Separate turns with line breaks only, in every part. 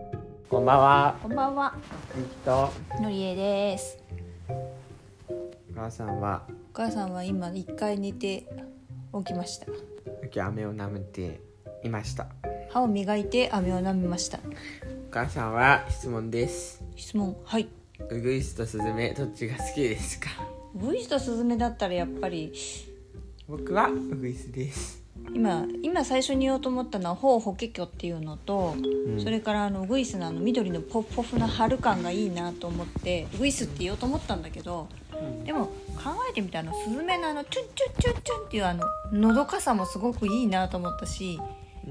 んばんは。
こんばんは、
ゆきと
のりえです。
お母さんは
お母さんは今一回寝て起きました。
今日飴を舐めていました。
歯を磨いて飴を舐めました。
お母さんは質問です。
質問、はい。
ウグイスとスズメどっちが好きですか？
ウグイスとスズメだったらやっぱり
僕はウグイスです。
今今最初に言おうと思ったのはホウホケキョっていうのと、
ん
それからあのウグイスのあの緑のポフポフの春感がいいなと思ってウグイスって言おうと思ったんだけど、でも考えてみたらあのスズメのあのチュンチュンチュンチュンっていうあののどかさもすごくいいなと思ったし、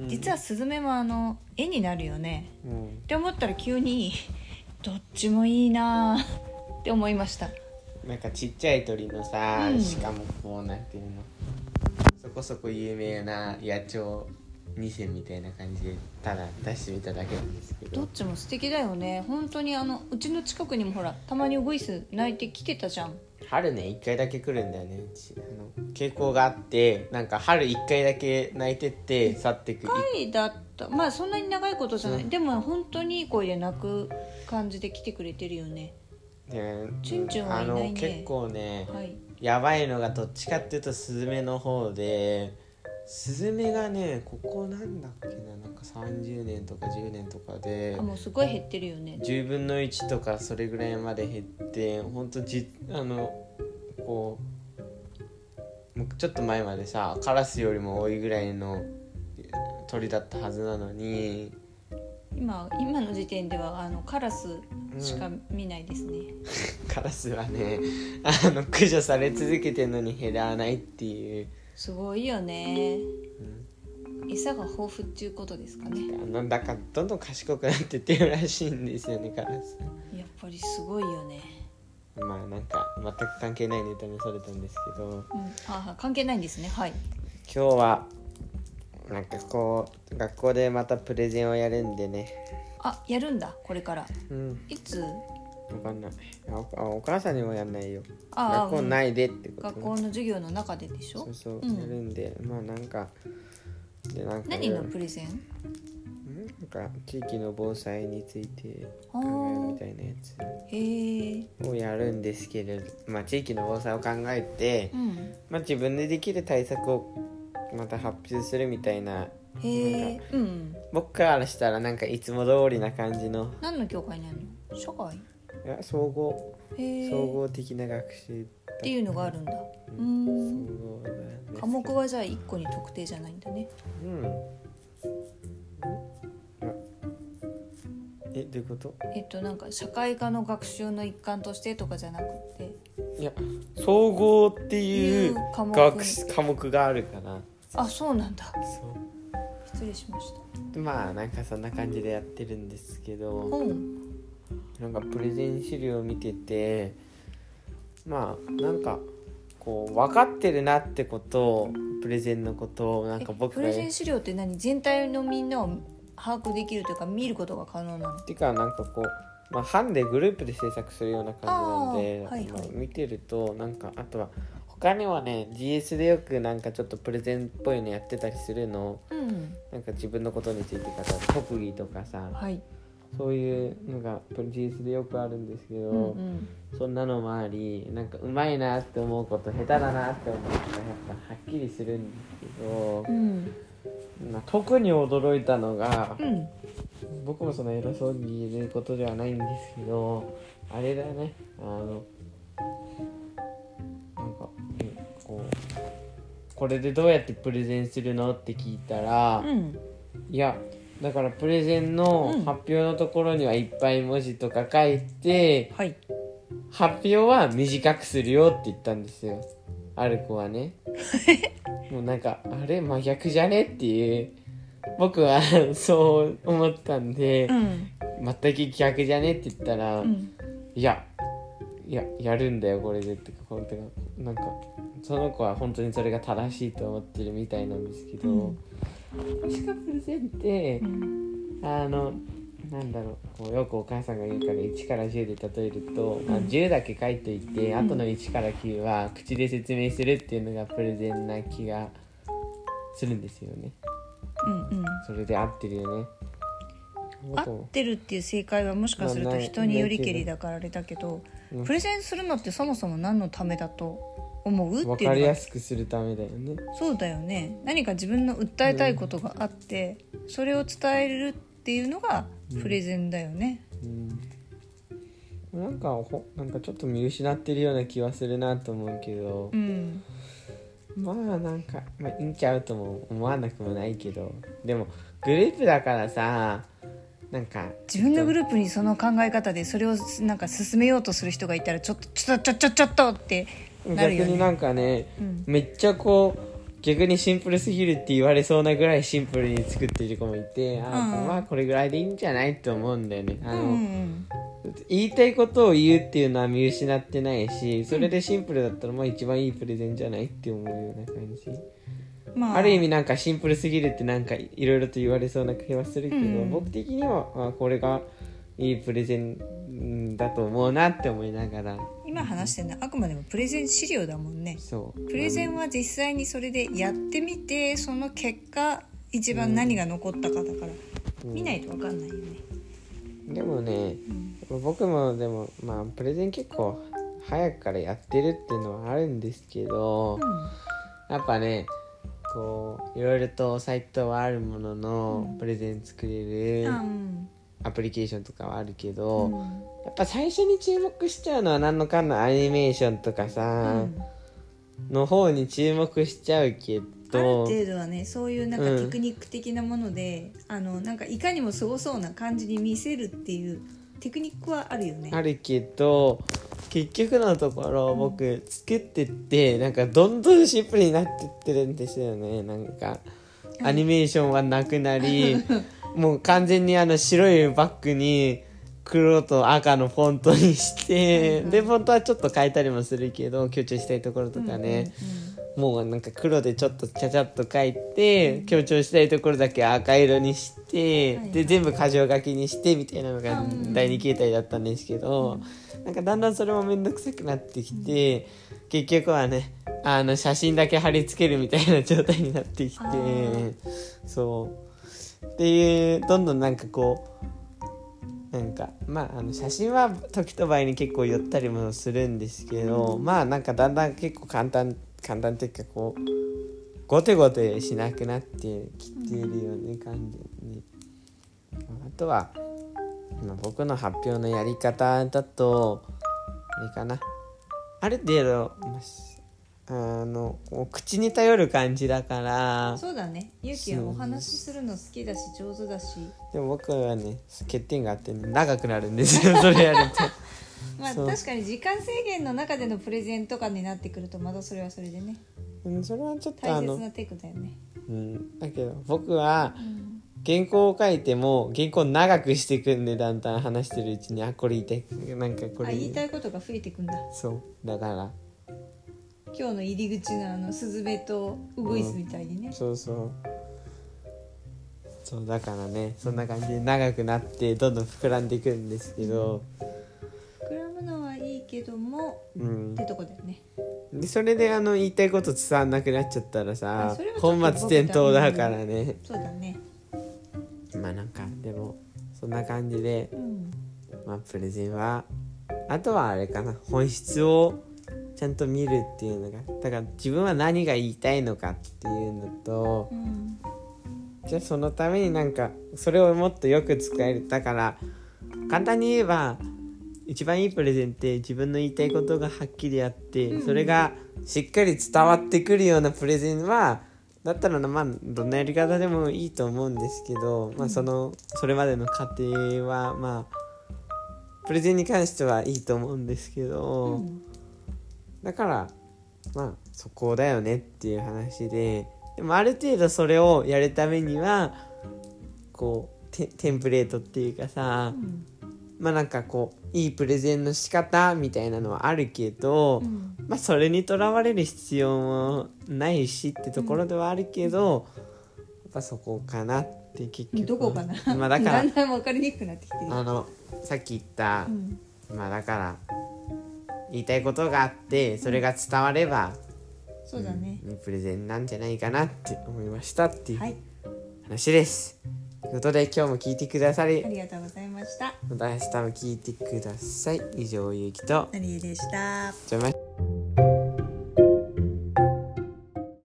実はスズメもあの絵になるよね
うん
って思ったら急にどっちもいいなあって思いました
なんかちっちゃい鳥のさ、
うん
しかもこうなんていうのそこそこ有名な野鳥2世みたいな感じでただ出してみただけなんですけ
ど
ど
っちも素敵だよね本当にあのうちの近くにもほらたまにウグイス鳴いてきてたじゃん
春ね1回だけ来るんだよねうちあの傾向があってなんか春1回だけ泣いてって去ってく
はいだったまあそんなに長いことじゃない、
うん
でも本当にいい声で鳴く感じで来てくれてるよね
で
チュンチュンはいないね
あの結構ね
はい
やばいのがどっちかっていうとスズメの方でスズメがねここなんだっけななんか30年とか10年とかで
あもうすごい減ってるよね
10分の1とかそれぐらいまで減ってほんとじあのこうもうちょっと前までさカラスよりも多いぐらいの鳥だったはずなのに
今今の時点ではあのカラスしか見ないですね、
カラスはねあの駆除され続けてるのに減らないっていう、
すごいよね
うん
餌が豊富っていうことですかね
なんだかどんどん賢くなってってるらしいんですよねカラス。
やっぱりすごいよね、
まあなんか全く関係ないネタにされたんですけど。
うん、ああ関係ないんですねはい
今日はなんかこう学校でまたプレゼンをやるんでね
あやるんだこれから
うん
いつ
分かんないあおあお母さんにもやんないよ
あ
学校
い
ないでってことね
学校の授業の中ででしょ
そうそう、
うん
やるんでまあなんかでなんか
何の
うん
プレゼン
なんか地域の防災について
あ
考えるみ
ー
たいなや
へえ
つをやるんですけれどまあ地域の防災を考えて
う、ん
まあ、自分でできる対策をまた発表するみたいな
へえうん
僕からしたらなんかいつも通りな感じの
何の教会なの社会
いや総合
へえ
総合的な学習
っていうのがあるんだうー
総
ん
合なんですけど
科目はじゃあ一個に特定じゃないんだね
うんあえどういうこと
えっとなんか社会科の学習の一環としてとかじゃなくて
いや総合っていう
いう科目
学習科目があるから
あそうなんだ
そ
失礼しました
うまあなんかそんな感じでやってるんですけど
本
なんかプレゼン資料を見ててまあなんかこう分かってるなってことをプレゼンのことをなんか僕
プ
が
レゼン資料って何全体のみんなを把握できるというか見ることが可能なの
っていうかなんかこう、まあ、班でグループで制作するような感じなんで
あーはいはい
まあ見てるとなんかあとは他にはね GS でよくなんかちょっとプレゼンっぽいのやってたりするの
うん
なんか自分のことについて語る特技とかさ
はい
そういうのが GS でよくあるんですけど、
うんうん
そんなのもありなんかうまいなって思うこと下手だなって思うことがやっぱはっきりするんですけど
う、ん
まあ特に驚いたのが
う。ん
僕もその偉そうに言えることではないんですけどあれだねあのなんか、うんこうこれでどうやってプレゼンするのって聞いたら、
うん
いやだからプレゼンの
うん
発表のところにはいっぱい文字とか書いて、
はい
発表は短くするよって言ったんですよある子は ねもうなんかあれ真逆じゃねっていう僕はそう思ったんで、
うん
全く逆じゃねって言ったら、
うん
いやいややるんだよこれでってこうてかなんかその子は本当にそれが正しいと思ってるみたいなんですけど、しかもプレゼンって
うん
あのなんだろうこうよくお母さんが言うから1から10で例えると、まあ、10だけ書いといて、
うん
後の1から9は口で説明するっていうのがプレゼンな気がするんですよね
うんうん
それで合ってるよねあ
合
と
ってるっていう正解はもしかする
ま
と
あない
人によりけりだからあれだけど
うん
プレゼンするのってそもそも何のためだと思う
わ
っていう
か
の
り
が
やすくするためだよね
そうだよね何か自分の訴えたいことがあって、それを伝えるっていうのが
うん
プレゼンだよね、
うんなんかほなんかちょっと見失ってるような気はするなと思うけど
うん
まあなんか、まあ、いいんちゃうとも思わなくもないけどでもグループだからさなんか
自分のグ
ー
ループにその考え方でそれをなんか進めようとする人がいたらちょっとちょっとちょっとちょっとってなるよ
逆にな
ね。
んかね
うん
めっちゃこう逆にシンプルすぎるって言われそうなぐらいシンプルに作ってる子もいてあー、
うん
まあこれぐらいでいいんじゃないと思うんだよねあ
う
の、
んうん
言いたいことを言うっていうのは見失ってないしそれでシンプルだったらまあ一番いいプレゼンじゃないって思うような感じ、
まあ、
ある意味なんかシンプルすぎるってなんかいろいろと言われそうな気はするけど、
うん
僕的にはあこれがいいプレゼンうんだと思うなって思いながら
今話してるのはあくまでもプレゼン資料だもんね
そう
プレゼンは実際にそれでやってみてその結果一番何が残ったかだから、
うん
見ないと分かんないよね、
でもね
うん
僕もでもまあプレゼン結構早くからやってるっていうのはあるんですけど、
うん
やっぱねこういろいろとサイトはあるものの、プレゼン作れる
あうん
アプリケーションとかはあるけ
う
ど、
ん
やっぱ最初に注目しちゃうのは何のかんのアニメーションとか
う
さ、
ん
の方に注目しちゃうけ
ある
ど
程度はねそういうなんか
うん
テクニック的なもので、あのなんかいかにもすごそうな感じに見せるっていうテクニックはあるよね。
あるけど結局のところ僕作ってってなんかどんどんシンプルになってってるんですよねなんかアニメーションはなくなりもう完全にあの白いバッグに黒と赤のフォントにしてでフォントはちょっと変えたりもするけど強調したいところとかね、もうなんか黒でちょっとちゃちゃっと書いて、強調したいところだけ赤色にして、
はいは
で
い
全部箇条書きにしてみたいなのが
うん
第2形態だったんですけど、なんかだんだんそれも面倒くさくなってきて、結局はねあの写真だけ貼り付けるみたいな状態になってきて
あー
そうっていうどんどんなんかこうなんかまああの写真は時と場合に結構寄ったりもするんですけど、まあなんかだんだん結構簡単簡単っていうかこうゴテゴテしなくなってきてるよね完全に。あとはまあ僕の発表のやり方だとあれかなある程度まあしあのこう口に頼る感じだから
そうだねゆうきはお話しするの好きだし上手だし
でも僕はね欠点があってね長くなるんですよそ れやると。
まあ
そう
確かに時間制限の中でのプレゼンとかになってくるとまだそれはそれでね
うんそれはちょっとあ
大切
の、
なテクだよね。
うん、だけど僕は原稿を書いても原稿を長くしていくんでだんだん話してるうちにあこれ言いたいなんかこ
あ
れ
言いたいことが増えてくんだ
そうだから
今日の入り口のあのスズメとウグイスみたいにね、
そうそうそうだからねそんな感じで長くなってどんどん膨らんでいくんですけど、
膨らむのはいいけども
うん
っ、てとこだよね
でそれであの言いたいこと伝わんなくなっちゃったらさ
あそれはちょっと
本末転倒だからね
そうだね
まあなんかでもそんな感じで
うん
まあ、プレゼンはあとはあれかな本質をちゃんと見るっていうのがだから自分は何が言いたいのかっていうのと
うん
じゃあそのためになんかそれをもっとよく使えるだから簡単に言えば一番いいプレゼンって自分の言いたいことがはっきりあってそれがしっかり伝わってくるようなプレゼンはだったらまあどんなやり方でもいいと思うんですけど、まあ、そのそれまでの過程はまあプレゼンに関してはいいと思うんですけ
う
ど、
ん
だからまあそこだよねっていう話ででもある程度それをやるためにはこうテテンプレートっていうかさ、
うん
まあなんかこういいプレゼンの仕方みたいなのはあるけど、
うん
まあそれにとらわれる必要もないしってところではあるけど、やっぱそこかなって結局
どこかな、
まあだから
んだん分かりにくくなってきてる
あのさっき言った、
うん
まあだから言いたいことがあってそれが伝われば、
そうだね、
いいプレゼンなんじゃないかなって思いましたっていう
はい
話です、ということで今日も聞いてくださり
ありがとうございました
また明日も聞いてください以上ゆうきと
ナリエでした
じゃあま